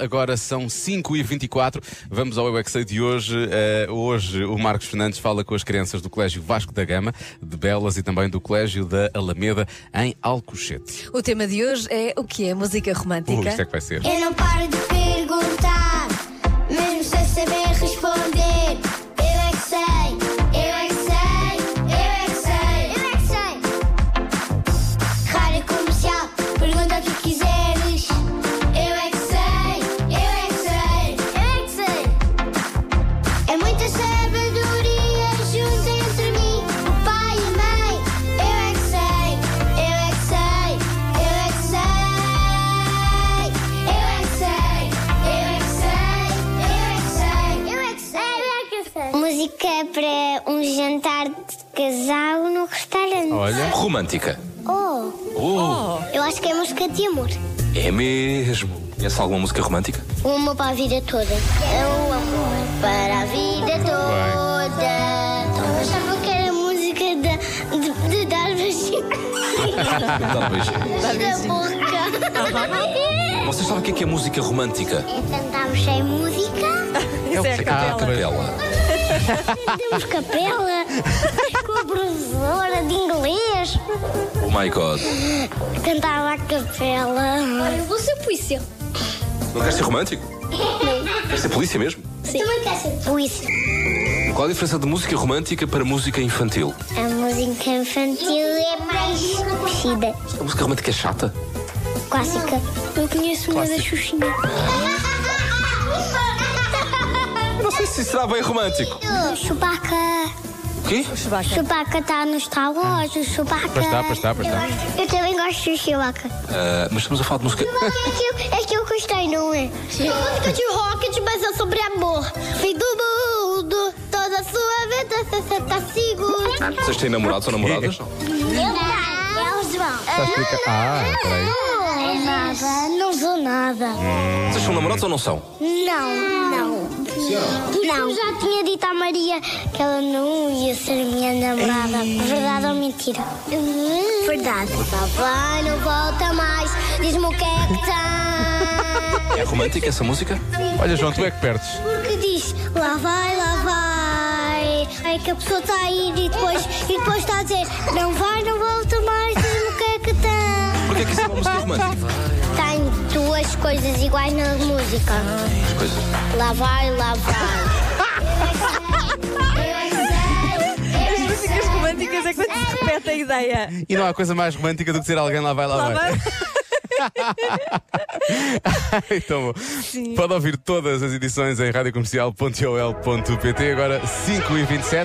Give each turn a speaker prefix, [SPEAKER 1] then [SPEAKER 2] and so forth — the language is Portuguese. [SPEAKER 1] agora são 5h24. Vamos ao UXA de hoje. Eh, hoje o Marcos Fernandes fala com as crianças do Colégio Vasco da Gama, de Belas e também do Colégio da Alameda, em Alcochete.
[SPEAKER 2] O tema de hoje é o que é música
[SPEAKER 1] Uh,
[SPEAKER 2] romântica.
[SPEAKER 1] isto é que vai ser.
[SPEAKER 3] Eu não paro de perguntar, mesmo sem saber responder. Eu é que sei, eu é que sei, eu é que sei, eu é que sei. Rádio comercial, pergunta o que quiseres. Eu é que sei, eu é que sei, eu é que sei. É muita sabedoria junta entre mim, o pai e a mãe. Eu é que sei, eu é que sei, eu é que sei. Eu é que sei, eu é que sei, eu é que sei. Eu é que sei, eu é que sei. Música para um jantar de casal no restaurante.
[SPEAKER 1] Olha,
[SPEAKER 4] Romântica.
[SPEAKER 3] Oh,
[SPEAKER 4] Oh,
[SPEAKER 3] eu acho que é música de amor.
[SPEAKER 4] é mesmo. Conhece alguma música romântica?
[SPEAKER 3] Uma para a vida toda. É um amor para a vida toda. Então, Eu achava que era música de, de, de dar beijinho na boca.
[SPEAKER 4] Vocês sabem o que é, que é música romântica?
[SPEAKER 3] É cantarmos sem música.
[SPEAKER 2] Isso é a
[SPEAKER 1] Ah,
[SPEAKER 2] capela.
[SPEAKER 4] Bela.
[SPEAKER 3] Temos capela com a professora de inglês.
[SPEAKER 4] Oh my god.
[SPEAKER 3] Cantava a capela. eu vou ser polícia.
[SPEAKER 4] Não queres ser romântico? Queres ser polícia mesmo?
[SPEAKER 3] Sim. Eu também quero ser polícia.
[SPEAKER 4] Qual a diferença de música romântica para música infantil?
[SPEAKER 3] A música infantil é mais conhecida.
[SPEAKER 4] A música romântica é chata?
[SPEAKER 3] Clássica. Eu conheço uma da Xuxinha.
[SPEAKER 4] Eu não sei se isso será bem romântico.
[SPEAKER 3] O Chewbacca.
[SPEAKER 4] O quê?
[SPEAKER 3] O Chewbacca está tá nos Star Wars. O Chewbacca.
[SPEAKER 1] Pois está, pois está, pois tá. está.
[SPEAKER 3] Eu também gosto do Chewbacca.
[SPEAKER 4] Ah, mas estamos a falar de música.
[SPEAKER 3] É que eu gostei, não é? É música de rocket, mas é sobre amor. Fim do mundo, toda a sua vida, você está seguro. É
[SPEAKER 4] Vocês têm namorados ou namoradas?
[SPEAKER 3] Eu não, eles vão.
[SPEAKER 1] a explicar- Ah, peraí.
[SPEAKER 3] Não, é nada, não sou nada.
[SPEAKER 4] Vocês são namorados ou não são?
[SPEAKER 3] Não, não. Não. Eu já tinha dito à Maria que ela não ia ser minha namorada. Verdade ou mentira? Verdade. Papai, não volta mais. Diz-me o que é que tá. tem.
[SPEAKER 4] É romântica essa música?
[SPEAKER 1] Olha, João, tu é que perdes.
[SPEAKER 3] Porque diz, lá vai, lá vai. Aí que a pessoa está a ir e depois, e depois está a dizer, não vai, não volta mais. Diz-me o que é que tem.
[SPEAKER 4] Porquê é que isso é uma música romântica?
[SPEAKER 3] Tem duas coisas iguais na música.
[SPEAKER 4] As coisas.
[SPEAKER 3] Lá vai, lá vai.
[SPEAKER 2] As músicas românticas é quando se repete a ideia.
[SPEAKER 1] E não há coisa mais romântica do que dizer alguém lá vai, lá,
[SPEAKER 2] Lá
[SPEAKER 1] vai.
[SPEAKER 2] vai.
[SPEAKER 1] então, bom. pode ouvir todas as edições em radiocomercial.ol.pt. Agora 5h27.